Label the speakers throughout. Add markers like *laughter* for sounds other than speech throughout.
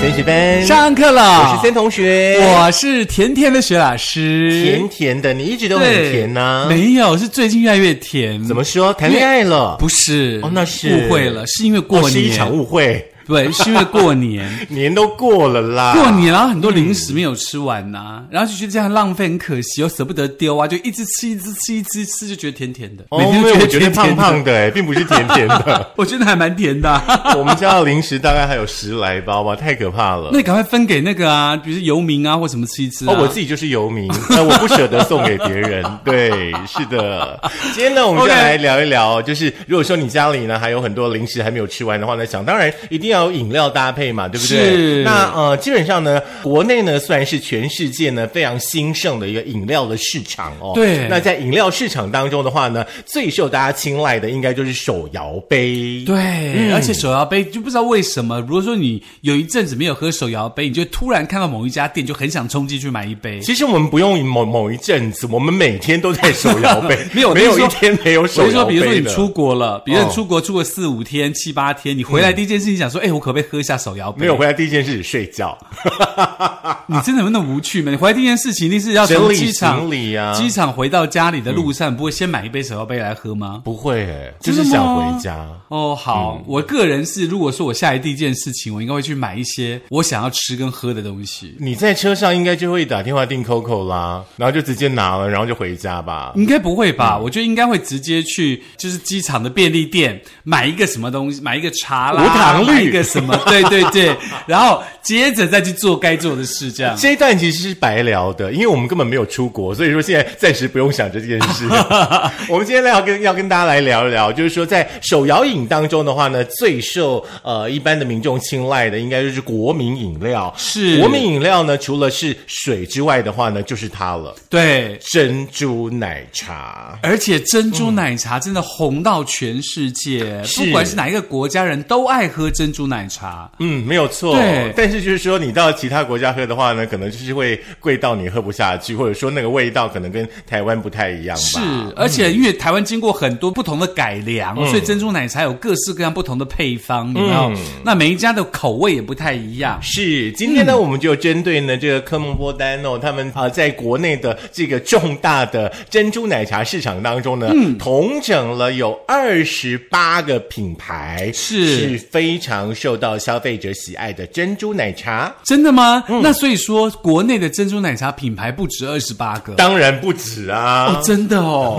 Speaker 1: 三十分，
Speaker 2: 上课了，
Speaker 1: 我是森同学，
Speaker 2: 我是甜甜的雪老师，
Speaker 1: 甜甜的，你一直都很甜呐、
Speaker 2: 没有，是最近越来越甜，
Speaker 1: 怎么说？谈恋爱了？
Speaker 2: 不是？
Speaker 1: 哦那是
Speaker 2: 误会了，是因为过
Speaker 1: 哦
Speaker 2: 年，
Speaker 1: 是一场误会，
Speaker 2: 对，是因为
Speaker 1: *laughs*
Speaker 2: 过年。
Speaker 1: 年都过了啦。
Speaker 2: 过年，然后很多零食没有吃完呐、然后就觉得这样浪费，很可惜，又舍不得丢啊，就一直吃，一直吃，一直吃，就觉得甜甜的。
Speaker 1: 哦，
Speaker 2: 每天
Speaker 1: 因
Speaker 2: 都
Speaker 1: 为我
Speaker 2: 觉
Speaker 1: 觉
Speaker 2: 得
Speaker 1: 得
Speaker 2: 甜
Speaker 1: 胖
Speaker 2: 甜的
Speaker 1: 胖，的、哎，并不是甜甜
Speaker 2: *laughs*
Speaker 1: 的。
Speaker 2: 我觉得还蛮甜的啊、 *laughs*
Speaker 1: 我们家的零食大概还有十来包吧，太可怕了。
Speaker 2: 那你赶快分给那个啊，比如说游民啊，或什么吃一吃、啊。
Speaker 1: 哦，我自己就是游民， *laughs* 那我不舍得送给别人。
Speaker 2: *laughs*
Speaker 1: 对，是的。今天呢，我们就
Speaker 2: OK
Speaker 1: 来聊一聊就是如果说你家里呢还有很多零食还没有吃完的话呢，想当然一定要有饮料搭配嘛，对不对
Speaker 2: 是？
Speaker 1: 那呃，基本上呢，国内呢虽然是全世界呢非常兴盛的一个饮料的市场哦，
Speaker 2: 对
Speaker 1: 那在饮料市场当中的话呢，最受大家青睐的应该就是手摇杯。嗯
Speaker 2: 对，而且手摇杯就不知道为什么，如果说你有一阵子没有喝手摇杯，你就突然看到某一家店，就很想冲进去买一杯。
Speaker 1: 其实我们不用某某一阵子，我们每天都在手摇杯
Speaker 2: *laughs* ，没有我
Speaker 1: 没
Speaker 2: 跟你
Speaker 1: 有一
Speaker 2: 说
Speaker 1: 天没有手
Speaker 2: 我
Speaker 1: 摇
Speaker 2: 是
Speaker 1: 杯
Speaker 2: 说，比如说你
Speaker 1: 的
Speaker 2: 出国了，比如说
Speaker 1: 哦嗯
Speaker 2: 你出国出个四五天、七八天，你回来第一件事情想说，哎、我可不可以喝一下手摇杯？
Speaker 1: 没有，回来第一件事睡
Speaker 2: *laughs*
Speaker 1: 觉，
Speaker 2: 你真的有那么无趣吗？你回来第一件事情一定是要
Speaker 1: 整
Speaker 2: 从
Speaker 1: 理
Speaker 2: 机场
Speaker 1: 行李啊嗯
Speaker 2: 机场回到家里的路上，你不会先买一杯手摇杯来喝吗？
Speaker 1: 不会诶，就
Speaker 2: 真
Speaker 1: 是
Speaker 2: 的吗
Speaker 1: 想回家。
Speaker 2: 哦，好，
Speaker 1: 嗯
Speaker 2: 我个人是，如果说我下来第一件事情，我应该会去买一些我想要吃跟喝的东西，
Speaker 1: 你在车上应该就会打电话订 Coco 啦，然后就直接拿了，然后就回家吧。嗯
Speaker 2: 应该不会吧？我觉得应该会直接去就是机场的便利店买一个什么东西，买一个茶啦，
Speaker 1: 无糖绿
Speaker 2: 买一个什
Speaker 1: *laughs*
Speaker 2: 么，对对对，然后接着再去做该做的事，这样。
Speaker 1: 这一段其实是白聊的，因为我们根本没有出国，所以说现在暂时不用想着这件
Speaker 2: *laughs*
Speaker 1: 事。我们今天来要跟要跟大家来聊一聊，就是说在手摇饮当中的话呢，最受呃一般的民众青睐的，应该就是国民饮料。
Speaker 2: 是
Speaker 1: 国民饮料呢，除了是水之外的话呢，就是它了，
Speaker 2: 对，
Speaker 1: 珍珠奶茶。
Speaker 2: 而且珍珠奶茶真的红到全世界，
Speaker 1: 嗯是
Speaker 2: 不管是哪一个国家人都爱喝珍珠奶茶。
Speaker 1: 嗯，没有错。
Speaker 2: 对
Speaker 1: 但是就是说，你到其他国家喝的话呢，可能就是会贵到你喝不下去，或者说那个味道可能跟台湾不太一样吧。嗯
Speaker 2: 是，而且因为台湾经过很多不同的改良，所以珍珠奶茶有各式各样不同的配方，你知道，
Speaker 1: 嗯
Speaker 2: 那每一家的口味也不太一样。
Speaker 1: 是，今天呢，我们就针对呢这个科梦波丹哦，他们啊、在国内的这个重大的珍珠奶茶市场当中呢，
Speaker 2: 嗯
Speaker 1: 统整了有二十八个品牌，
Speaker 2: 是
Speaker 1: 是非常受到消费者喜爱的珍珠奶茶。
Speaker 2: 真的吗？
Speaker 1: 嗯
Speaker 2: 那所以说，国内的珍珠奶茶品牌不止二十八个
Speaker 1: 当然不止啊，
Speaker 2: 哦，真
Speaker 1: *laughs*
Speaker 2: 的哦。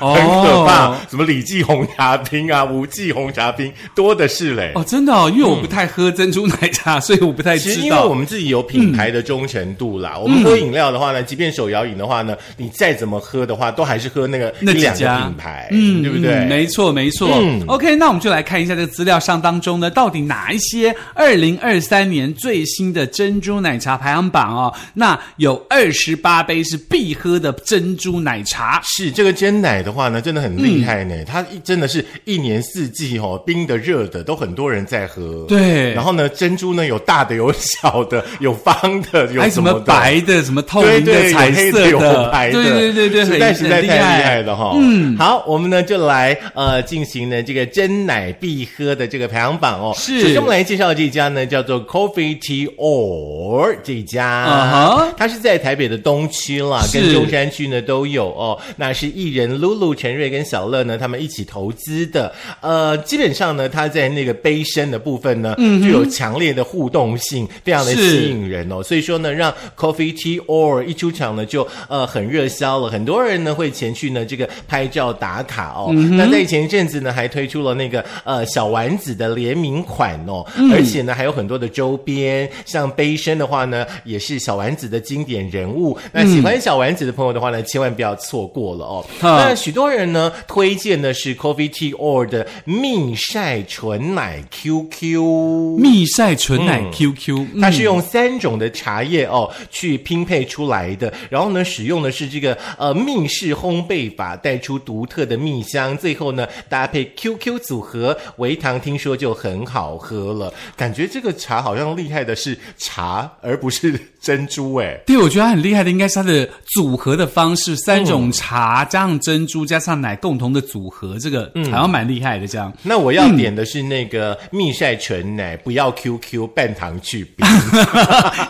Speaker 1: 嗯，很可
Speaker 2: 哦
Speaker 1: 怕，什么李记红茶冰啊，无记红茶冰，多的是嘞。
Speaker 2: 哦，真的哦，因为我不太喝珍珠奶茶，所以我不太
Speaker 1: 嗯其实，
Speaker 2: 知
Speaker 1: 因为我
Speaker 2: 道。嗯
Speaker 1: 们自己有品牌的忠诚度啦，我们喝饮料的话呢，即便手摇饮的话呢，你再怎么喝的话，都还是喝那个一
Speaker 2: 那几
Speaker 1: 两
Speaker 2: 家
Speaker 1: 个品牌，嗯，对不对？
Speaker 2: 嗯没错，没错。
Speaker 1: 嗯
Speaker 2: OK，那我们就来看一下这个资料上当中呢，到底哪一些二零二三年最新的珍珠奶茶排行榜哦？那有二十八杯是必喝的珍珠奶茶。
Speaker 1: 是这个真奶的话呢，真的很厉害
Speaker 2: 嗯
Speaker 1: 呢，它一真的是一年四季哦，冰的、热的都很多人在喝。
Speaker 2: 对
Speaker 1: 然后呢，珍珠呢有大的、有小的、有方的、有
Speaker 2: 还有
Speaker 1: 什
Speaker 2: 什
Speaker 1: 么
Speaker 2: 么
Speaker 1: 的
Speaker 2: 白的、什么透
Speaker 1: 对
Speaker 2: 明
Speaker 1: 对，
Speaker 2: 的、
Speaker 1: 有
Speaker 2: 彩
Speaker 1: 黑
Speaker 2: 色
Speaker 1: 有白
Speaker 2: 的，
Speaker 1: 的，
Speaker 2: 对对对对，
Speaker 1: 实
Speaker 2: 很
Speaker 1: 在实在太
Speaker 2: 很
Speaker 1: 厉
Speaker 2: 厉
Speaker 1: 害
Speaker 2: 害
Speaker 1: 了哈。嗯，好，我们呢就来呃进行呢这个真奶必喝的这个排行榜哦。
Speaker 2: 是
Speaker 1: 首先我们来介绍这家呢叫做 Coffee Tea Or 这家，
Speaker 2: 啊哈
Speaker 1: 它是在台北的东区啦，
Speaker 2: 是
Speaker 1: 跟中山区呢都有哦。那是艺人露露、陈瑞跟小乐呢他们一起投资的，呃，基本上呢它在那个杯身的部分呢，具有强烈的互动性，非常的
Speaker 2: 嗯是
Speaker 1: 吸引人哦。所以说呢，让 Coffee Tea or 一出场呢，就呃很热销了，很多人呢会前去呢这个拍照打卡哦。那在前一阵子呢，还推出了那个呃小丸子的联名款哦，而且呢还有很多的周边，像杯身的话呢，也是小丸子的经典人物。那喜欢小丸子的朋友的话呢，千万不要错过了哦。
Speaker 2: 哈
Speaker 1: 那许多人呢推荐的是 Coffee Tea or 的蜜晒纯奶 QQ。
Speaker 2: 蜜晒纯奶
Speaker 1: 嗯
Speaker 2: QQ，、嗯
Speaker 1: 它是用三种的茶叶哦去拼配出来的，然后呢，使用的是这个呃密室烘焙法，带出独特的蜜香，最后呢搭配 QQ 组合，维糖听说就很好好喝了。感觉这个茶好像厉害的是茶，而不是珍珠哎、
Speaker 2: 对，我觉得它很厉害的应该是它的组合的方式，三种茶加上珍珠加上奶共同的组合，这个
Speaker 1: 嗯
Speaker 2: 好像蛮厉害的。这样，
Speaker 1: 那我要点的是那个蜜晒纯奶，不要 QQ 半糖去冰，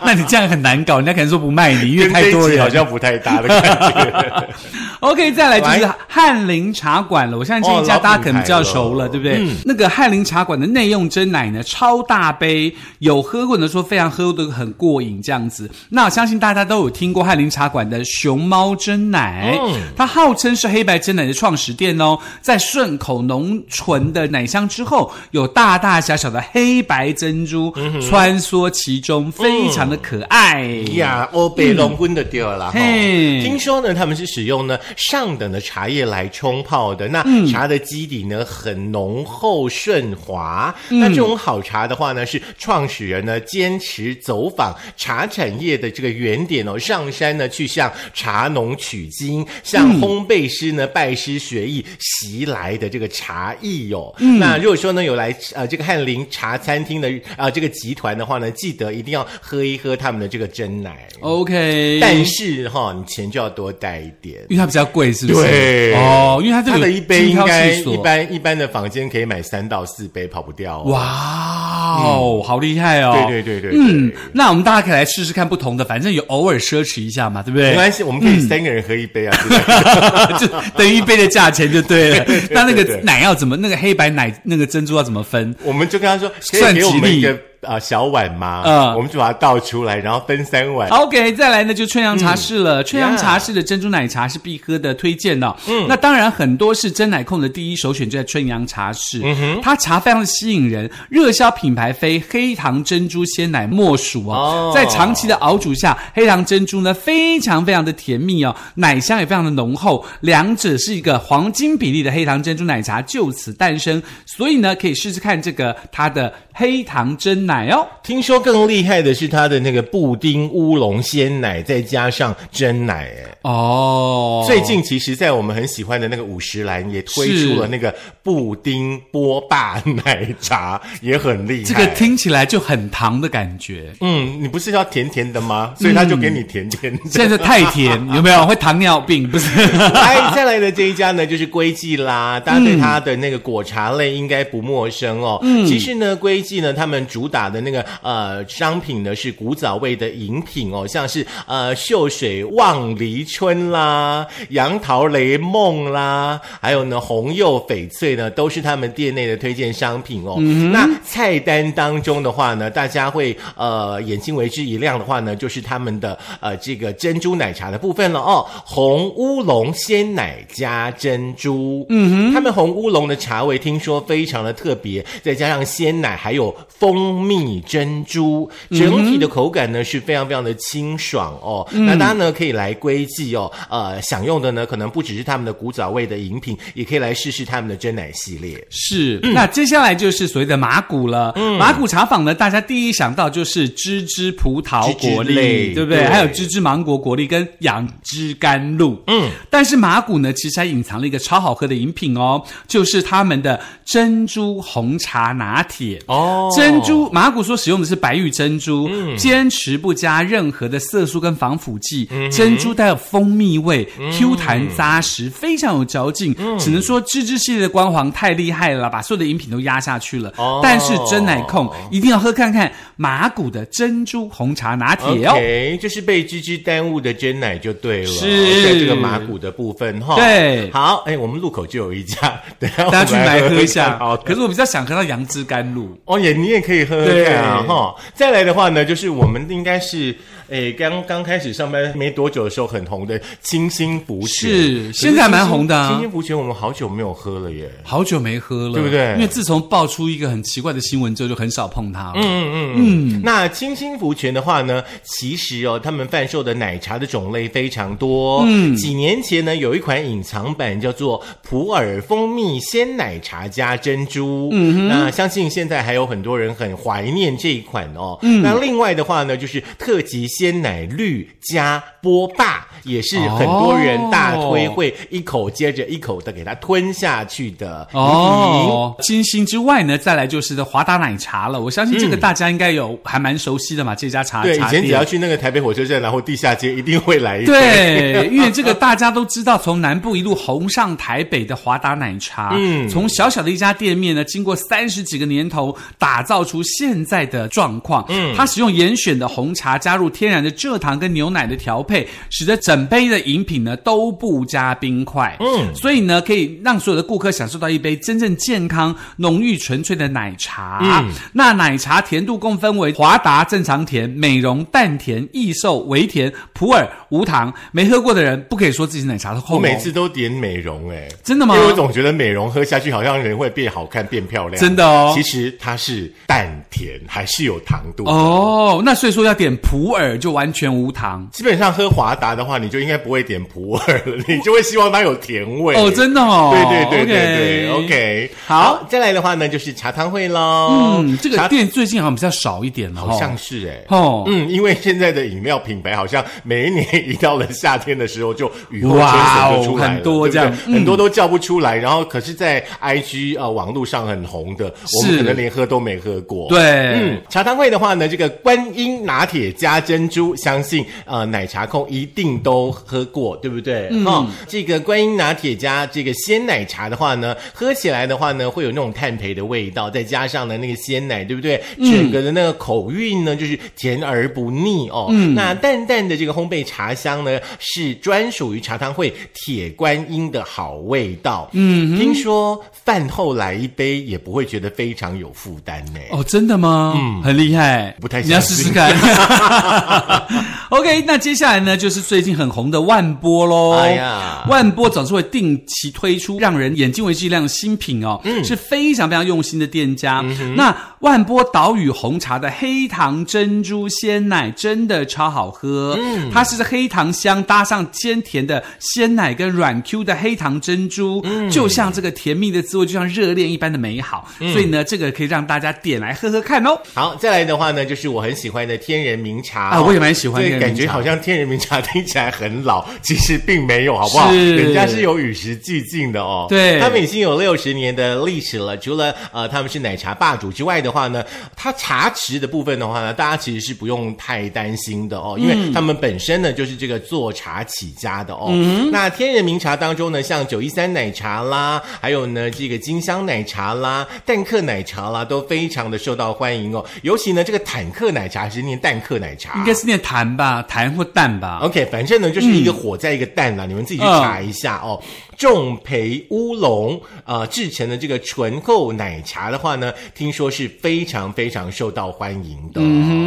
Speaker 2: 那你这样很难搞，人家可能说不卖你， *laughs* 因为
Speaker 1: 跟这
Speaker 2: 太多
Speaker 1: 一集
Speaker 2: 人
Speaker 1: 好。像不太搭的感
Speaker 2: *laughs*
Speaker 1: 觉。
Speaker 2: OK，再来就是
Speaker 1: 来
Speaker 2: 翰林茶馆了。我相信这一家
Speaker 1: 哦老品牌
Speaker 2: 大家可能比较熟了，
Speaker 1: 了嗯
Speaker 2: 对不对？那个翰林茶馆的内用真奶呢，超大杯，有喝过的说非常喝的很过瘾这样子。那我相信大家都有听过翰林茶馆的熊猫真奶，
Speaker 1: 嗯
Speaker 2: 它号称是黑白真奶的创始店哦，在顺口浓醇的奶香之后，有大大小小的黑白珍珠、
Speaker 1: 嗯
Speaker 2: 穿梭其中，非常的可爱。
Speaker 1: 哎呀，欧贝龙棍的掉了啦哈。
Speaker 2: 嘿
Speaker 1: 听说呢，他们是使用呢上等的茶叶来冲泡的，那茶的基底呢很浓厚顺滑。那这种好茶的话呢，是创始人呢坚持走访茶产业的这个原点哦，上山呢去向茶农取经，向烘焙师呢拜师学艺习来的这个茶艺哦。那如果说呢有来呃这个翰林茶餐厅的啊、呃这个集团的话呢，记得一定要喝一喝他们的这个真奶。
Speaker 2: OK，
Speaker 1: 但是哈、你钱就要多带一点。
Speaker 2: 因为它比较贵，是不是？
Speaker 1: 对
Speaker 2: 哦，因为它这
Speaker 1: 它
Speaker 2: 个
Speaker 1: 的一杯应该
Speaker 2: 精挑细
Speaker 1: 一
Speaker 2: 所
Speaker 1: 般一般的房间可以买三到四杯，跑不掉、哦。，
Speaker 2: 哇哦，好厉害哦！
Speaker 1: 嗯对对对对对，嗯
Speaker 2: 嗯，，那我们大家可以来试试看不同的，反正有偶尔奢侈一下嘛，对不
Speaker 1: 没
Speaker 2: 对？
Speaker 1: 关系，我们可以三个人喝一杯啊。对不对
Speaker 2: *laughs* 就等于一杯的价钱就对了。那
Speaker 1: *laughs*
Speaker 2: 那
Speaker 1: 对
Speaker 2: 个
Speaker 1: 对
Speaker 2: 奶要怎么，那个黑白奶那个珍珠要怎么分？
Speaker 1: 我们就跟他说，可
Speaker 2: 算
Speaker 1: 以给我
Speaker 2: 吉
Speaker 1: 们
Speaker 2: 利
Speaker 1: 一个呃小碗吗？
Speaker 2: 嗯
Speaker 1: 我们就把它倒出来，然后分三
Speaker 2: *laughs*
Speaker 1: 碗。
Speaker 2: OK，再来呢就春阳茶室了。春阳茶室的珍珠奶茶是必喝的推荐哦。嗯，那当然很多是真奶控的第一首选就在春阳茶室。嗯哼，它茶非常的吸引人，热销品牌非黑糖珍珠鲜奶莫属
Speaker 1: 哦
Speaker 2: 哦。在长期的熬煮下，黑糖珍珠呢非常非常的甜蜜哦，奶香也非常的浓厚，两者是一个黄金比例的黑糖珍珠奶茶就此诞生。所以呢，可以试试看这个它的黑糖真奶哦。
Speaker 1: 听说更厉害的是它的那个布丁乌龙鲜奶，再加上真奶，哎。
Speaker 2: 哦，
Speaker 1: 最近其实，在我们很喜欢的那个五十岚也推出了那个布丁波霸奶茶，也很厉害。
Speaker 2: 这个，听起来就很糖的感觉，
Speaker 1: 嗯，你不是要甜甜的吗？所以他就给你甜甜的。
Speaker 2: 嗯现在是太甜，
Speaker 1: 啊
Speaker 2: 有没有会糖尿病？不是，
Speaker 1: *laughs* 哎，再来的这一家呢，就是归记啦。大家对它的那个果茶类应该不陌生哦。嗯，其实呢，归记呢，他们主打的那个呃商品呢是古早味的饮品哦，像是呃秀水望梨春啦、杨桃雷梦啦，还有呢红柚翡翠呢，都是他们店内的推荐商品哦。
Speaker 2: 嗯
Speaker 1: 那菜单当中的话呢，大家会呃眼睛为之一亮的话呢，就是他们的呃这个珍珠奶茶的部分了哦，红乌龙鲜奶加珍珠。嗯哼，他们红乌龙的茶味听说非常的特别，再加上鲜奶还有蜂蜜珍珠，整体的口感呢是非常非常的清爽哦。那大家呢可以来归记哦，呃，享用的呢可能不只是他们的古早味的饮品，也可以来试试他们的真奶系列。
Speaker 2: 是。
Speaker 1: 嗯
Speaker 2: 那接下来就是所谓的麻古了。麻古茶坊呢，大家第一想到就是芝芝葡萄果
Speaker 1: 芝芝
Speaker 2: 粒，
Speaker 1: 类
Speaker 2: 对不对？
Speaker 1: 对
Speaker 2: 还有芝芝芒果果粒跟杨枝甘露。嗯，但是麻古呢，其实还隐藏了一个超好喝的饮品哦，就是他们的珍珠红茶拿铁。
Speaker 1: 哦嗯
Speaker 2: 珍珠麻古所使用的是白玉珍珠，坚持不加任何的色素跟防腐剂，
Speaker 1: 嗯
Speaker 2: 珍珠带有蜂蜜味、q 弹扎实，非常有嚼劲。
Speaker 1: 嗯
Speaker 2: 只能说芝芝系列的光环太厉害了，把所有的饮品都压下去了。
Speaker 1: 哦
Speaker 2: 但是真奶控一定要喝看看麻古的珍珠红茶拿铁哦。
Speaker 1: OK，就是被芝芝耽误的真奶就对了，
Speaker 2: 是
Speaker 1: 在这个马古的部分哈。
Speaker 2: 对
Speaker 1: 好，哎，我们路口就有一家， *laughs* 等一下我
Speaker 2: *laughs* 大家去
Speaker 1: 们
Speaker 2: 买喝一下
Speaker 1: 看 *laughs* 好，
Speaker 2: 可
Speaker 1: 的。
Speaker 2: 是我比较想喝到杨枝甘露，
Speaker 1: 哦，也你也可以喝喝看啊
Speaker 2: 对
Speaker 1: 哈。再来的话呢，就是我们应该是，哎，刚刚开始上班没多久的时候很红的清新福泉，
Speaker 2: 是
Speaker 1: 可
Speaker 2: 现在还蛮红的啊
Speaker 1: 清新清新福泉我们好久没有喝了耶。
Speaker 2: 好久没喝了，
Speaker 1: 对不对
Speaker 2: 因为自从爆出一个很奇怪的新闻之后，就很少碰它了。
Speaker 1: 嗯，那清新福泉的话呢，其实哦，他们贩售的奶茶的种类非常多。嗯，几年前呢，有一款隐藏版叫做普洱蜂蜜鲜奶茶加珍珠。嗯，那相信现在还有很多人很怀念这一款哦。嗯，那另外的话呢，就是特级鲜奶绿加波霸也是很多人大推会一口接着一口的给它吞下去的饮品。
Speaker 2: 哦，金星之外呢，再来就是华达奶茶了。我相信这个大家应该有还蛮熟悉的嘛，这家茶
Speaker 1: 对，以
Speaker 2: 茶
Speaker 1: 前只要
Speaker 2: 店。
Speaker 1: 去那个台北火车站，然后地下街一定会来一杯。
Speaker 2: 对，因为这个大家都知道，从南部一路红上台北的华达奶茶，嗯，从小小的一家店面呢，经过三十几个年头，打造出现在的状况。嗯，它使用严选的红茶，加入天然的蔗糖跟牛奶的调配，使得整杯的饮品呢都不加冰块。
Speaker 1: 嗯
Speaker 2: 所以呢，可以让所有的顾客享受到一杯真正健康、浓郁、纯粹的奶茶。
Speaker 1: 嗯
Speaker 2: 那奶茶甜度共分为华达正常甜、美容淡甜、益寿微甜、普洱无糖。没喝过的人不可以说自己奶茶的
Speaker 1: 我
Speaker 2: 后
Speaker 1: 每
Speaker 2: 浓
Speaker 1: 次都点美容、哎，
Speaker 2: 哦真的吗
Speaker 1: 因为我总觉得美容喝下去好像人会变好看、变漂亮。
Speaker 2: 真的哦
Speaker 1: 其实它是淡甜，还是有糖度的。
Speaker 2: 哦，那所以说要点普洱就完全无糖。
Speaker 1: 基本上喝华达的话，你就应该不会点普洱了， *laughs* 你就会希望它有甜味。
Speaker 2: 哦，真的哦，
Speaker 1: 对对对对对
Speaker 2: OK
Speaker 1: ，OK。
Speaker 2: 好
Speaker 1: 再来的话呢，就是茶汤会喽。
Speaker 2: 嗯，这个
Speaker 1: 茶
Speaker 2: 店最近好像比较少一点了哦，
Speaker 1: 好像是哎、
Speaker 2: 哦
Speaker 1: 嗯，因为现在的饮料品牌好像每一年一到了夏天的时候，就雨后
Speaker 2: 哇
Speaker 1: 春笋
Speaker 2: 哦
Speaker 1: 就出来了，
Speaker 2: 很多
Speaker 1: 对不
Speaker 2: 这样嗯
Speaker 1: 对很多都叫不出来。然后可是，在 IG 呃网络上很红的，我们
Speaker 2: 是
Speaker 1: 可能连喝都没喝过。
Speaker 2: 对
Speaker 1: 嗯，茶汤会的话呢，这个观音拿铁加珍珠，相信呃奶茶控一定都喝过，对不对？嗯、这个观音拿铁加这个鲜奶茶的话呢，喝起来的话呢，会有那种炭焙的味道，再加上呢那个鲜奶，对不对？整个的那个口韵呢，就是甜而不腻哦。嗯，那淡淡的这个烘焙茶香呢，是专属于茶汤会铁观音的好味道。嗯，听说饭后来一杯也不会觉得非常有负担呢。
Speaker 2: 哦，真的吗？嗯，很厉害，
Speaker 1: 不太
Speaker 2: 你要
Speaker 1: 相
Speaker 2: 试
Speaker 1: 信
Speaker 2: 试看。OK，那接下来呢，就是最近很红的万波喽。
Speaker 1: 哎呀
Speaker 2: 万波总是会定期推出让人眼睛为之一亮的新品哦，嗯，是非常非常用心的店家。
Speaker 1: 嗯
Speaker 2: 那万波岛屿红茶的黑糖珍珠鲜奶真的超好喝，嗯，它是黑糖香搭上鲜甜的鲜奶跟软 Q 的黑糖珍珠，
Speaker 1: 嗯
Speaker 2: 就像这个甜蜜的滋味，就像热恋一般的美好。
Speaker 1: 嗯
Speaker 2: 所以呢，这个可以让大家点来喝喝看哦。
Speaker 1: 好，再来的话呢，就是我很喜欢的天人茗茶
Speaker 2: 啊我也蛮喜欢
Speaker 1: 对，
Speaker 2: 天人
Speaker 1: 感
Speaker 2: 茗
Speaker 1: 觉
Speaker 2: 茶
Speaker 1: 好像天人茗茶听起来很老， *laughs* 其实并没有，好不好？
Speaker 2: 是
Speaker 1: 人家是有与时俱进的哦。
Speaker 2: 对
Speaker 1: 他们已经有六十年的历史了。除了呃他们是奶茶霸主之外的话呢，它茶匙的部分的话呢，大家其实是不用太担心的哦，因
Speaker 2: 嗯
Speaker 1: 为他们本身呢就是这个做茶起家的哦。
Speaker 2: 嗯
Speaker 1: 那天人茗茶当中呢，像九一三奶茶啦，还有呢这个金香奶茶啦、蛋克奶茶啦，都非常的受到欢迎哦。尤其呢这个坦克奶茶是念蛋克奶茶，
Speaker 2: 应该是念痰吧，痰或蛋吧。
Speaker 1: OK，反正呢就是一个
Speaker 2: 嗯
Speaker 1: 火在一个蛋啦，你们自己去查一下哦。重培乌龙呃制成的这个醇厚奶茶的话呢，听说是非常非常受到欢迎的。哦
Speaker 2: 嗯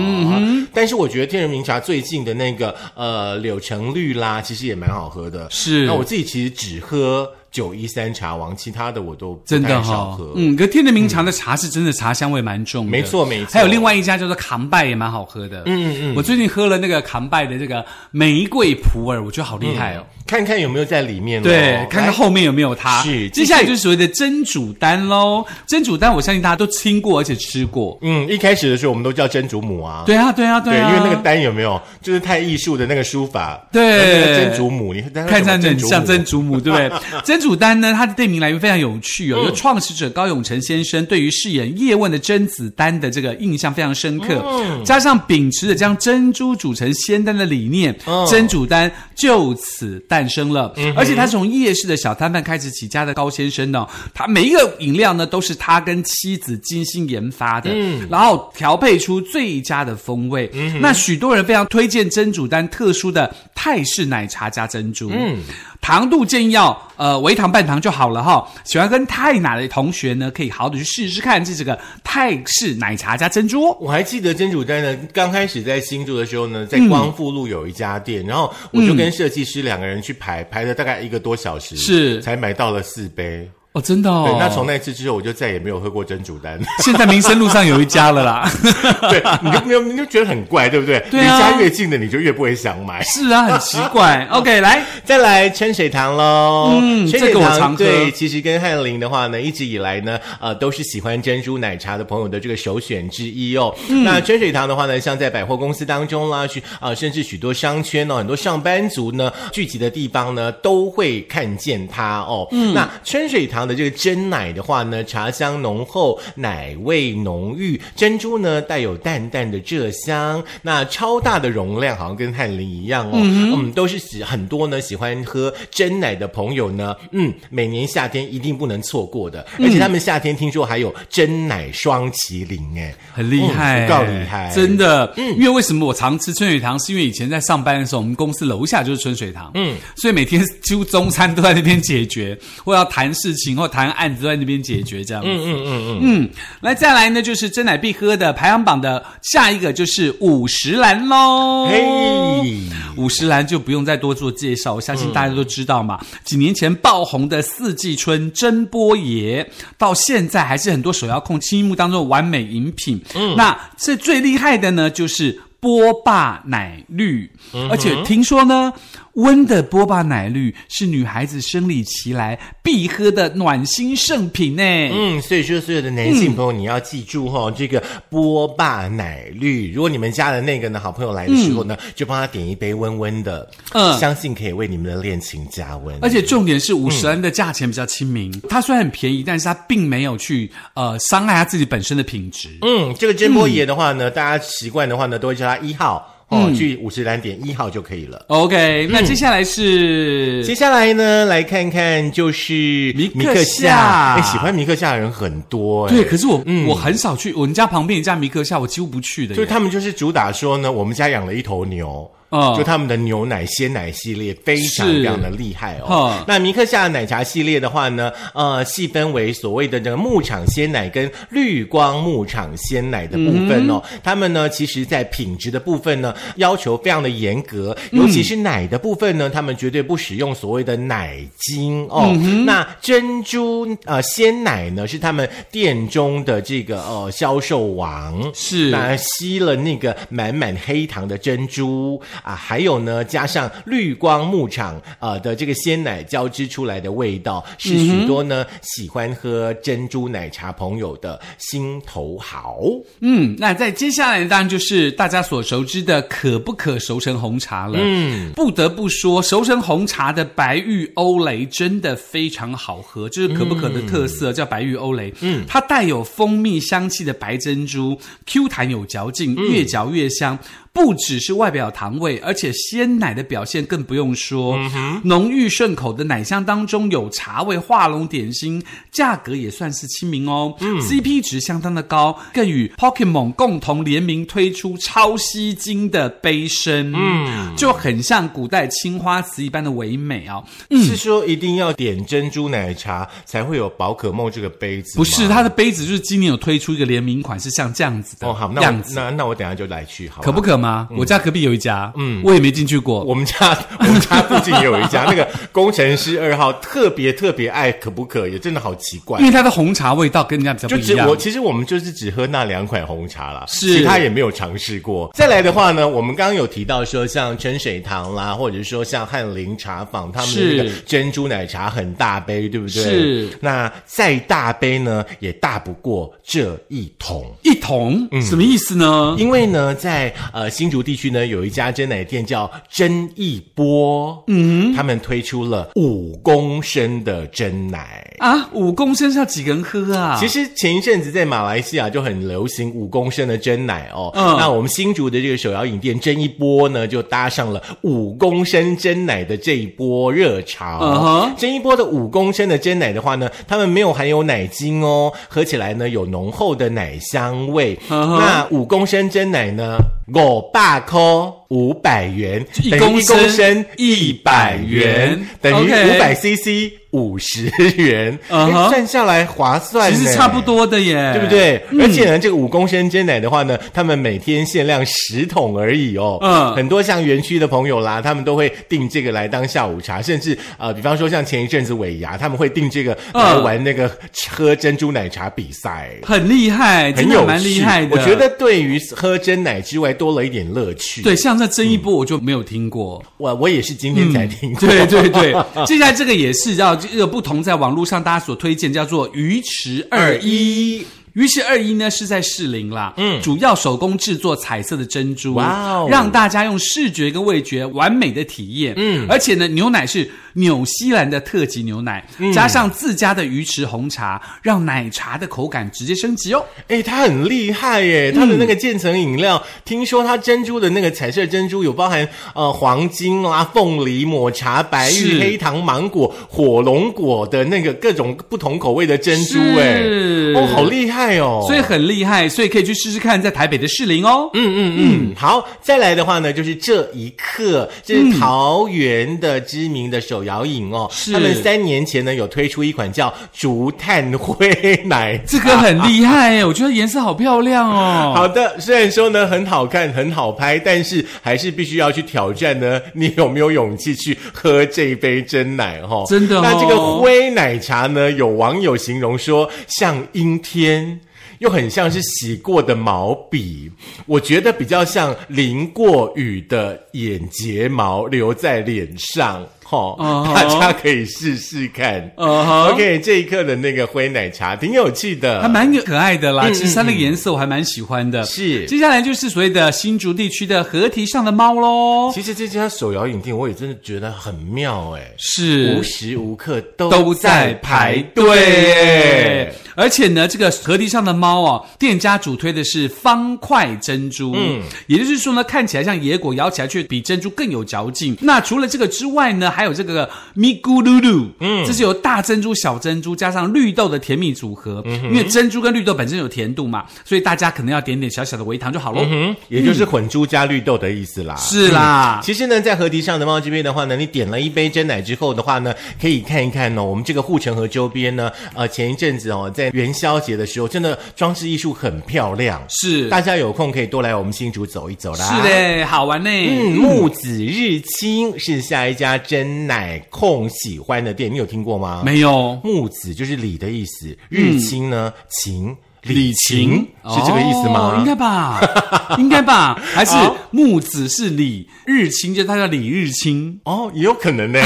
Speaker 1: 但是我觉得天人茗茶最近的那个呃柳橙绿啦，其实也蛮好喝的。
Speaker 2: 是
Speaker 1: 那我自己其实只喝九一三茶王，其他的我都不
Speaker 2: 真的
Speaker 1: 太
Speaker 2: 哈、
Speaker 1: 少喝。
Speaker 2: 嗯，可天人茗茶的茶是真的茶香味蛮重的，
Speaker 1: 没错没错
Speaker 2: 还有另外一家叫做扛拜也蛮好喝的，嗯嗯嗯，我最近喝了那个扛拜的这个玫瑰普洱，我觉得好厉害哦。
Speaker 1: 嗯看看有没有在里面咯哦
Speaker 2: 对，看看
Speaker 1: 嗯来
Speaker 2: 后面有没有它。
Speaker 1: 是
Speaker 2: 接下来就是所谓的蒸煮丹喽。蒸煮丹，我相信大家都听过，而且吃过。
Speaker 1: 嗯，一开始的时候我们都叫真祖母啊。
Speaker 2: 对啊，对啊，
Speaker 1: 对，
Speaker 2: 啊，
Speaker 1: 因为那个丹有没有，就是太艺术的那个书法，
Speaker 2: 对
Speaker 1: 那个真祖母，你看
Speaker 2: 看上去
Speaker 1: 真
Speaker 2: 很
Speaker 1: 祖母
Speaker 2: 像真祖母，对不对？真祖丹呢，它的店名来源非常有趣哦。有创始者高永成先生对于饰演叶问的甄子丹的这个印象非常深刻，加上秉持着将珍珠煮成仙丹的理念，
Speaker 1: 嗯
Speaker 2: 真主丹就此诞生了。而且他是从夜市的小摊贩开始起家的高先生呢、他每一个饮料呢都是他跟妻子精心研发的，然后调配出最佳的风味。那许多人非常推荐真主丹特殊的泰式奶茶加珍珠，糖度建议要呃微糖半糖就好了哈、喜欢跟泰奶的同学呢，可以好好的去试试看这这个泰式奶茶加珍珠哦、
Speaker 1: 我还记得真主丹呢，刚开始在新竹的时候呢，在光复路有一家店，然后我就跟设计师两个人去排，排了大概一个多小时，
Speaker 2: 是
Speaker 1: 才买到了四杯。
Speaker 2: 哦，真的哦
Speaker 1: 对，。那从那次之后，我就再也没有喝过珍珠丹。
Speaker 2: 现在民生路上有一家了 *laughs* 啦。
Speaker 1: 对， *laughs* 你就没有，你就觉得很怪，对不对？
Speaker 2: 对啊
Speaker 1: 离家越近的，你就越不会想买。
Speaker 2: 是啊，很奇怪。OK，来， *laughs*
Speaker 1: 再来春水堂喽，
Speaker 2: 嗯
Speaker 1: 春水
Speaker 2: 这个我
Speaker 1: 堂
Speaker 2: 常喝
Speaker 1: 对，其实跟翰林的话呢，一直以来呢，呃，都是喜欢珍珠奶茶的朋友的这个首选之一哦。
Speaker 2: 嗯
Speaker 1: 那春水堂的话呢，像在百货公司当中啦，去啊、呃甚至许多商圈哦，很多上班族呢聚集的地方呢，都会看见它哦。
Speaker 2: 嗯
Speaker 1: 那春水堂的这个真奶的话呢，茶香浓厚，奶味浓郁，珍珠呢带有淡淡的浙香，那超大的容量好像跟翰林一样哦，嗯都是喜很多呢喜欢喝真奶的朋友呢，嗯，每年夏天一定不能错过的，
Speaker 2: 嗯
Speaker 1: 而且他们夏天听说还有真奶双麒麟，哎，
Speaker 2: 哦很厉害，嗯
Speaker 1: 嗯不告厉害，
Speaker 2: 真的。因为为什么我常吃春水堂，是因为以前在上班的时候，我们公司楼下就是春水堂，嗯，所以每天几乎中餐都在那边解决， *laughs* 或要谈事情或谈案子都在那边解决，这样子。嗯嗯嗯嗯。嗯，来再来呢，就是真奶必喝的排行榜的下一个就是五十岚喽。
Speaker 1: 嘿。
Speaker 2: 五十岚就不用再多做介绍，我相信大家都知道嘛。几年前爆红的四季春真波爷，到现在还是很多手摇控心目当中的完美饮品。嗯，那这最厉害的呢，就是波霸奶绿，而且听说呢。温的波霸奶绿是女孩子生理期来必喝的暖心圣品呢。
Speaker 1: 嗯，所以说所有的男性朋友，你要记住
Speaker 2: 嗯
Speaker 1: 哈、哦，这个波霸奶绿，如果你们家的那个呢，好朋友来的时候呢，就帮他点一杯温温的，
Speaker 2: 嗯
Speaker 1: 相信可以为你们的恋情加温。
Speaker 2: 而且重点是五十元的价钱比较亲民，它虽然很便宜，但是它并没有去呃伤害它自己本身的品质。
Speaker 1: 嗯，这个珍波爷的话
Speaker 2: 嗯
Speaker 1: 呢，大家习惯的话呢，都会叫他一号。哦，去五十兰点一号就可以了。
Speaker 2: OK，那接下来是、
Speaker 1: 嗯接下来呢，来看看就是
Speaker 2: 米克夏
Speaker 1: 哎，喜欢米克夏的人很多哎。
Speaker 2: 对，可是我、我很少去，我们家旁边一家米克夏，我几乎不去的
Speaker 1: 就
Speaker 2: 耶。
Speaker 1: 他们就是主打说呢，我们家养了一头牛。
Speaker 2: 嗯
Speaker 1: 就他们的牛奶鲜奶系列非常
Speaker 2: 是
Speaker 1: 非常的厉害哦
Speaker 2: 嗯。
Speaker 1: 那米克夏奶茶系列的话呢，呃，细分为所谓的这个牧场鲜奶跟绿光牧场鲜奶的部分
Speaker 2: 嗯
Speaker 1: 哦。他们呢，其实在品质的部分呢，要求非常的严格，
Speaker 2: 嗯
Speaker 1: 尤其是奶的部分呢，他们绝对不使用所谓的奶精哦。
Speaker 2: 嗯
Speaker 1: 那珍珠呃鲜奶呢，是他们店中的这个呃销售王。
Speaker 2: 是
Speaker 1: 那吸了那个满满黑糖的珍珠啊，还有呢，加上绿光牧场呃的这个鲜奶交织出来的味道，
Speaker 2: 嗯
Speaker 1: 是许多呢、喜欢喝珍珠奶茶朋友的心头好。
Speaker 2: 嗯，那在接下来当然就是大家所熟知的可不可熟成红茶了。嗯，不得不说，熟成红茶的白玉欧蕾真的非常好喝，就是可不可的特色、叫白玉欧蕾。嗯，它带有蜂蜜香气的白珍珠，Q 弹有嚼劲，
Speaker 1: 嗯
Speaker 2: 越嚼越香。不只是外表糖味，而且鲜奶的表现更不用说。
Speaker 1: 嗯
Speaker 2: 浓郁顺口的奶香当中有茶味，画龙点睛，价格也算是亲民哦。CP
Speaker 1: 嗯
Speaker 2: 值相当的高，更与 Pokemon 共同联名推出超吸睛的杯身，嗯，就很像古代青花瓷一般的唯美哦。
Speaker 1: 是说一定要点珍珠奶茶才会有宝可梦这个杯子吗？
Speaker 2: 不是，它的杯子就是今年有推出一个联名款，是像这样子的
Speaker 1: 哦，好，那
Speaker 2: 样
Speaker 1: 我
Speaker 2: 子，
Speaker 1: 那那我等一下就来去好吧
Speaker 2: 可不可吗？我家隔壁有一家，嗯，我也没进去过。
Speaker 1: 我们家我们家附近也有一家，那个工程师二号特别特别爱可不可，也真的好奇怪
Speaker 2: 因。为它的红茶味道跟人家比较不
Speaker 1: 就
Speaker 2: 一
Speaker 1: 只
Speaker 2: 样。
Speaker 1: 我其实我们就是只喝那两款红茶啦，
Speaker 2: 是
Speaker 1: 其他也没有尝试过。再来的话呢，我们刚刚有提到说，像春水堂啦，或者说像翰林茶坊，他们的
Speaker 2: 是
Speaker 1: 那个珍珠奶茶很大杯，对不对？
Speaker 2: 是。
Speaker 1: 那再大杯呢，也大不过这一桶。
Speaker 2: 一桶，
Speaker 1: 嗯
Speaker 2: 什么意思呢？
Speaker 1: 因为呢，在呃新竹地区呢，有一家真奶店叫真一波，嗯，他们推出了五公升的真奶。
Speaker 2: 啊，五公升是要几个人喝啊？
Speaker 1: 其实前一阵子在马来西亚就很流行五公升的真奶哦，
Speaker 2: 嗯
Speaker 1: 那我们新竹的这个手摇饮店真一波呢，就搭上了五公升真奶的这一波热潮。
Speaker 2: 嗯哼
Speaker 1: 真一波的五公升的真奶的话呢，他们没有含有奶精哦，喝起来呢有浓厚的奶香味。
Speaker 2: 嗯哼
Speaker 1: 那五公升真奶呢，五百颗。五百元，
Speaker 2: 一
Speaker 1: 等于
Speaker 2: 公
Speaker 1: 一公
Speaker 2: 升
Speaker 1: 升一百
Speaker 2: 元
Speaker 1: 元，等于
Speaker 2: OK
Speaker 1: 五百 CC 五十元，
Speaker 2: 嗯哼
Speaker 1: 诶算下来划算
Speaker 2: 其
Speaker 1: 呢，
Speaker 2: 实差不多哎的耶，嗯
Speaker 1: 对不？对？而且呢，这个五公升真奶的话呢，他们每天限量十桶而已哦。
Speaker 2: 嗯
Speaker 1: 很多像园区的朋友啦，他们都会订这个来当下午茶，甚至呃，比方说像前一阵子尾牙，他们会订这个
Speaker 2: 嗯
Speaker 1: 来玩那个喝珍珠奶茶比赛。
Speaker 2: 很厉害，
Speaker 1: 很
Speaker 2: 哎真
Speaker 1: 有
Speaker 2: 的蛮厉
Speaker 1: 趣
Speaker 2: 害的。
Speaker 1: 我觉得对于喝真奶之外，多了一点乐趣。
Speaker 2: 对，，像这争一波我就没有听过。
Speaker 1: 我我也是今天才听 *laughs* 过。
Speaker 2: 嗯对对对，接下来这个也是叫这个不同，在网络上大家所推荐叫做鱼池二
Speaker 1: 嗯
Speaker 2: 一。鱼池二一呢是在士林啦，嗯，主要手工制作彩色的珍珠，
Speaker 1: 哇哦
Speaker 2: 让大家用视觉跟味觉完美的体验，嗯，而且呢，牛奶是纽西兰的特级牛奶，
Speaker 1: 嗯
Speaker 2: 加上自家的鱼池红茶，让奶茶的口感直接升级哦。
Speaker 1: 哎，它很厉害
Speaker 2: 嗯
Speaker 1: 耶！它的那个渐层饮料，听说它珍珠的那个彩色珍珠有包含呃黄金啦、凤梨、抹茶、白
Speaker 2: 是
Speaker 1: 玉、黑糖、芒果、火龙果的那个各种不同口味的珍珠，哎
Speaker 2: 是，
Speaker 1: 哦，好厉害哦！
Speaker 2: 所以很厉害，所以可以去试试看，在台北的士林哦。嗯，
Speaker 1: 嗯嗯，好，再来的话呢，就是这一刻，这是桃园的知名的手摇饮哦。
Speaker 2: 是
Speaker 1: 他们三年前呢有推出一款叫竹炭灰奶
Speaker 2: 这个很厉害耶，我觉得颜色好漂亮哦。
Speaker 1: 好的，虽然说呢很好看、很好拍，但是还是必须要去挑战呢。 *laughs* 你有没有勇气去喝这一杯真奶？哈、
Speaker 2: 真的哦
Speaker 1: 那这个灰奶茶呢？有网友形容说像阴天。又很像是洗过的毛笔，我觉得比较像淋过雨的眼睫毛留在脸上，哈、
Speaker 2: 哦吼
Speaker 1: 大家可以试试看。
Speaker 2: 嗯哼
Speaker 1: OK，这一刻的那个灰奶茶挺有趣的，
Speaker 2: 还蛮可爱的啦，其实它那个颜色我还蛮喜欢的。
Speaker 1: 嗯是
Speaker 2: 接下来就是所谓的新竹地区的河堤上的猫 *laughs* 喽，
Speaker 1: 其实这家手摇饮店，我也真的觉得很妙哎、
Speaker 2: 是
Speaker 1: 无时无刻都
Speaker 2: 都在排队。而且呢，这个河堤上的猫哦，店家主推的是方块珍珠，嗯，也就是说呢，看起来像野果，咬起来却比珍珠更有嚼劲。那除了这个之外呢，还有这个咪咕噜噜，嗯，这是由大珍珠、小珍珠加上绿豆的甜蜜组合，因为珍珠跟绿豆本身有甜度嘛，所以大家可能要点点小小的微糖就好喽。
Speaker 1: 嗯，也就是混珠加绿豆的意思啦。嗯
Speaker 2: 是啦，
Speaker 1: 其实呢，在河堤上的猫这边的话呢，你点了一杯真奶之后的话呢，可以看一看哦。我们这个护城河周边呢，呃，前一阵子哦，在元宵节的时候，真的装饰艺术很漂亮。
Speaker 2: 是
Speaker 1: 大家有空可以多来我们新竹走一走啦。
Speaker 2: 是嘞，好玩呢。
Speaker 1: 嗯，木子日清是下一家真奶控喜欢的店，你有听过吗？
Speaker 2: 没有，
Speaker 1: 木子就是李的意思，日清呢、秦，李
Speaker 2: 秦
Speaker 1: 秦是这个意思
Speaker 2: 嗯哦
Speaker 1: 吗？
Speaker 2: 应该
Speaker 1: *laughs*
Speaker 2: 吧，应该吧，还是木子是李日清，就他叫李日清。
Speaker 1: 哦，也有可能
Speaker 2: *laughs*
Speaker 1: 呢。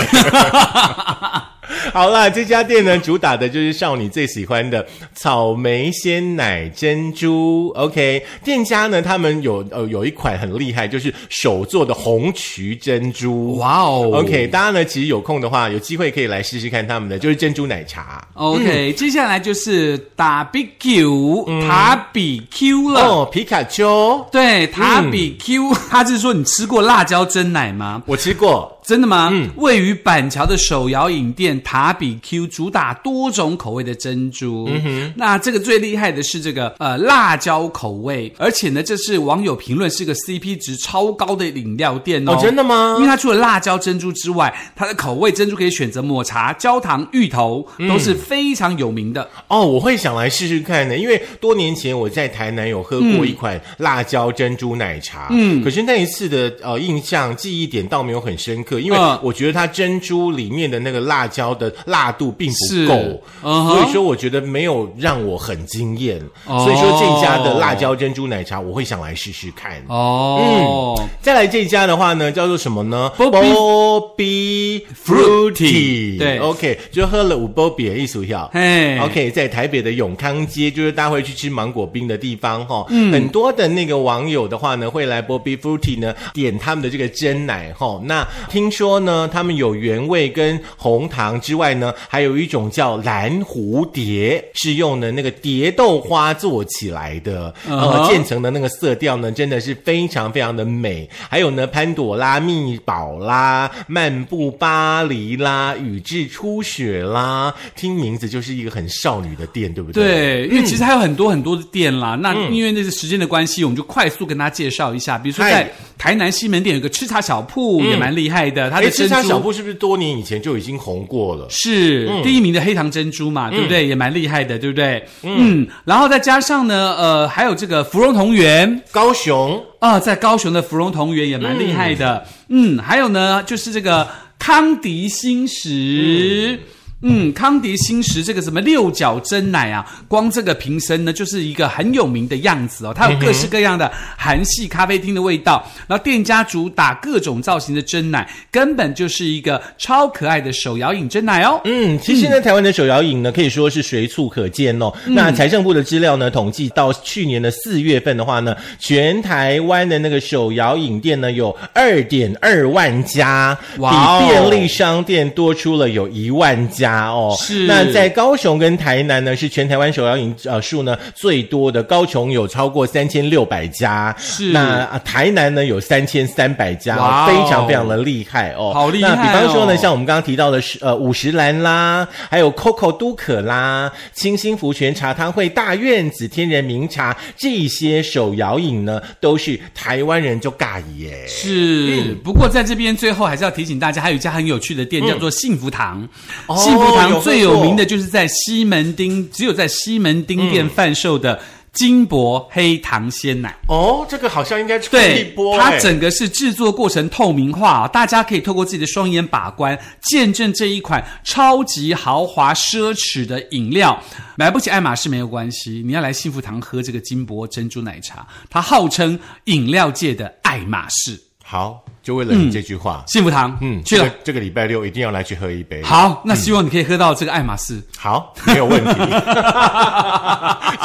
Speaker 1: 好啦，这家店呢，主打的就是少女最喜欢的草莓鲜奶珍珠。OK，店家呢，他们有呃有一款很厉害，就是手做的红曲珍珠。
Speaker 2: 哇哦
Speaker 1: OK，大家呢其实有空的话，有机会可以来试试看他们的，就是珍珠奶茶。嗯
Speaker 2: OK，接下来就是打比 Q 塔比 Q 了。
Speaker 1: 哦，嗯皮卡丘，
Speaker 2: 对，塔比 Q，他是说你吃过辣椒蒸奶吗？
Speaker 1: 我吃过。
Speaker 2: 真的吗？
Speaker 1: 嗯
Speaker 2: 位于板桥的手摇饮店塔比 Q 主打多种口味的珍珠。
Speaker 1: 嗯
Speaker 2: 那这个最厉害的是这个呃辣椒口味，而且呢，这是网友评论是个 CP 值超高的饮料店哦。
Speaker 1: 哦真的吗
Speaker 2: 因为它除了辣椒珍珠之外，它的口味珍珠可以选择抹茶、焦糖、芋头，都
Speaker 1: 嗯
Speaker 2: 是非常有名的。
Speaker 1: 哦，我会想来试试看呢，因为多年前我在台南有喝过一款辣椒珍珠奶茶，嗯，可是那一次的呃印象记忆点倒没有很深刻，因为
Speaker 2: 嗯
Speaker 1: 我觉得它珍珠里面的那个辣椒的辣度并
Speaker 2: 是
Speaker 1: 不够，
Speaker 2: 嗯哼
Speaker 1: 所以说我觉得没有让我很惊艳，
Speaker 2: 哦
Speaker 1: 所以说这家的辣椒珍珠奶茶我会想来试试看。
Speaker 2: 哦。
Speaker 1: 再来这一家的话呢，叫做什么呢
Speaker 2: Bobby
Speaker 1: ？Bobby
Speaker 2: Fruity 对
Speaker 1: ，OK，就喝了五 Bobby 的艺术药。
Speaker 2: 嗯嘿
Speaker 1: OK，在台北的永康街，就是大家会去吃芒果冰的地方哈、
Speaker 2: 嗯
Speaker 1: 很多的那个网友的话呢，会来 Bobby Fruity 呢点他们的这个真奶哈、那听听说呢，他们有原味跟红糖之外呢，还有一种叫蓝蝴蝶，是用的那个蝶豆花做起来的，
Speaker 2: 嗯
Speaker 1: 呃，
Speaker 2: 哼
Speaker 1: 渐层的那个色调呢，真的是非常非常的美。还有呢，潘朵拉密宝啦，漫步巴黎啦，宇治初雪啦，听名字就是一个很少女的店，对不对？
Speaker 2: 对，因为其实还有很多很多的店啦。那因为那个时间的关系，我们就快速跟大家介绍一下。比如说，
Speaker 1: 嗯
Speaker 2: 在
Speaker 1: 嗨
Speaker 2: 台南西门店有个吃茶小铺，也蛮厉害的。它
Speaker 1: 哎，
Speaker 2: 的
Speaker 1: 吃
Speaker 2: 珍
Speaker 1: 茶小
Speaker 2: 珠
Speaker 1: 铺是不嗯是多年以前就已经红过了？
Speaker 2: 是第一名的黑糖珍珠
Speaker 1: 嗯
Speaker 2: 嘛，对不对？也蛮厉害的，对不对？嗯，然后再加上呢，呃，还有这个芙蓉同源，
Speaker 1: 高雄
Speaker 2: 啊，在高雄的芙蓉同源也蛮厉害的。嗯还有呢，就是这个康迪新石。嗯，康迪新石这个什么六角蒸奶啊，光这个瓶身呢，就是一个很有名的样子哦。它有各式各样的韩系咖啡厅的味道，然后店家主打各种造型的蒸奶，根本就是一个超可爱的手摇饮蒸奶哦。
Speaker 1: 嗯，其实呢，台湾的手摇饮呢，可以说是随处可见哦。
Speaker 2: 嗯
Speaker 1: 那财政部的资料呢，统计到去年的四月份的话呢，全台湾的那个手摇饮店呢，有二点二万家，比
Speaker 2: 哇哦
Speaker 1: 便利商店多出了有一万家哦。
Speaker 2: 是
Speaker 1: 那在高雄跟台南呢，是全台湾手摇饮呃数呢最多的，高雄有超过三千六百家，
Speaker 2: 是
Speaker 1: 那、啊台南呢有三千三百家、
Speaker 2: 哇哦
Speaker 1: 哦，非常非常的厉害哦。
Speaker 2: 好厉
Speaker 1: 那比
Speaker 2: 害
Speaker 1: 方说呢，
Speaker 2: 哦
Speaker 1: 啊像。像我们刚刚提到的是呃五十岚啦，还有 COCO 都可啦、清新福泉茶汤会、大院子天人茗茶这些手摇饮呢，都是台湾人就尬耶。嗯
Speaker 2: 是，不过在这边最后还是要提醒大家，还有一家很有趣的店叫做幸福堂。
Speaker 1: 哦
Speaker 2: 幸福堂最
Speaker 1: 有喝
Speaker 2: 有
Speaker 1: 过
Speaker 2: 名的就是在西门町，只有在西门町店贩售的金箔黑糖鲜奶。
Speaker 1: 哦，这个好像应该出一
Speaker 2: 对
Speaker 1: 波，
Speaker 2: 它
Speaker 1: 哎
Speaker 2: 整个是制作过程透明化、大家可以透过自己的双眼把关，见证这一款超级豪华奢侈的饮料。买不起爱马仕没有关系，你要来幸福堂喝这个金箔珍珠奶茶，它号称饮料界的爱马仕。
Speaker 1: 好，就为了你这句话，
Speaker 2: 幸福堂，
Speaker 1: 嗯，
Speaker 2: 去了
Speaker 1: 这。个这个礼拜六一定要来去喝一杯。
Speaker 2: 好，那希望你可以喝到这个爱马仕。
Speaker 1: 好，没有
Speaker 2: *laughs*
Speaker 1: 问题。 *laughs*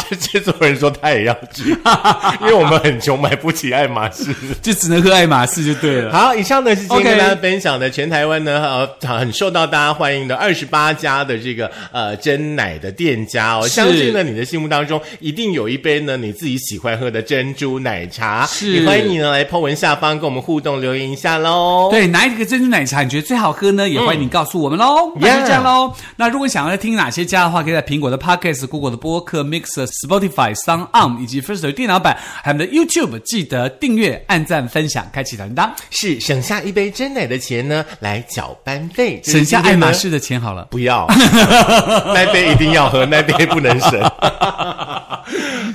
Speaker 1: 这制作人说他也要去，因为我们很穷，买不起爱马仕。
Speaker 2: 就只能喝爱马仕就对 *laughs* 了。
Speaker 1: 好，以上呢是今天
Speaker 2: OK
Speaker 1: 跟大家分享的全台湾呢呃很受到大家欢迎的二十八家的这个呃真奶的店家哦，
Speaker 2: 是
Speaker 1: 相信呢你的心目当中一定有一杯呢你自己喜欢喝的珍珠奶茶，
Speaker 2: 是
Speaker 1: 也欢迎你呢来 po 文下方跟我们互动留言一下喽。
Speaker 2: 对，哪一个珍珠奶茶你觉得最好喝呢？也欢迎你告诉我们喽。那就这样喽。那如果想要听哪些家的话，可以在苹果的 Podcast、Google 的播客、Mixer、Spotify、s o n On 以及 First Story 电脑版，还有我们的 YouTube，记得订阅、按赞、分享、开启小铃铛，
Speaker 1: 是省下一杯真奶的钱呢来搅班费，这是
Speaker 2: 省下
Speaker 1: 今天
Speaker 2: 爱
Speaker 1: 呢
Speaker 2: 马仕的钱好了。
Speaker 1: 不要， *laughs* 那杯一定要喝，那杯不能
Speaker 2: *laughs*
Speaker 1: 省。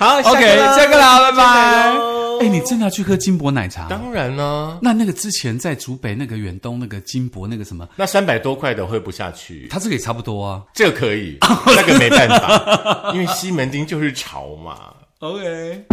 Speaker 1: 好
Speaker 2: OK，下课啦，拜
Speaker 1: 拜
Speaker 2: 拜。哎，你真的要去喝金箔奶茶？
Speaker 1: 当然啦、
Speaker 2: 那那个之前在竹北那个远东那个金箔那个什么，
Speaker 1: 那三百多块的喝不下去，
Speaker 2: 它这个也差不多啊。
Speaker 1: 这个可以，那个没办法，因为西门町就是潮嘛。
Speaker 2: OK。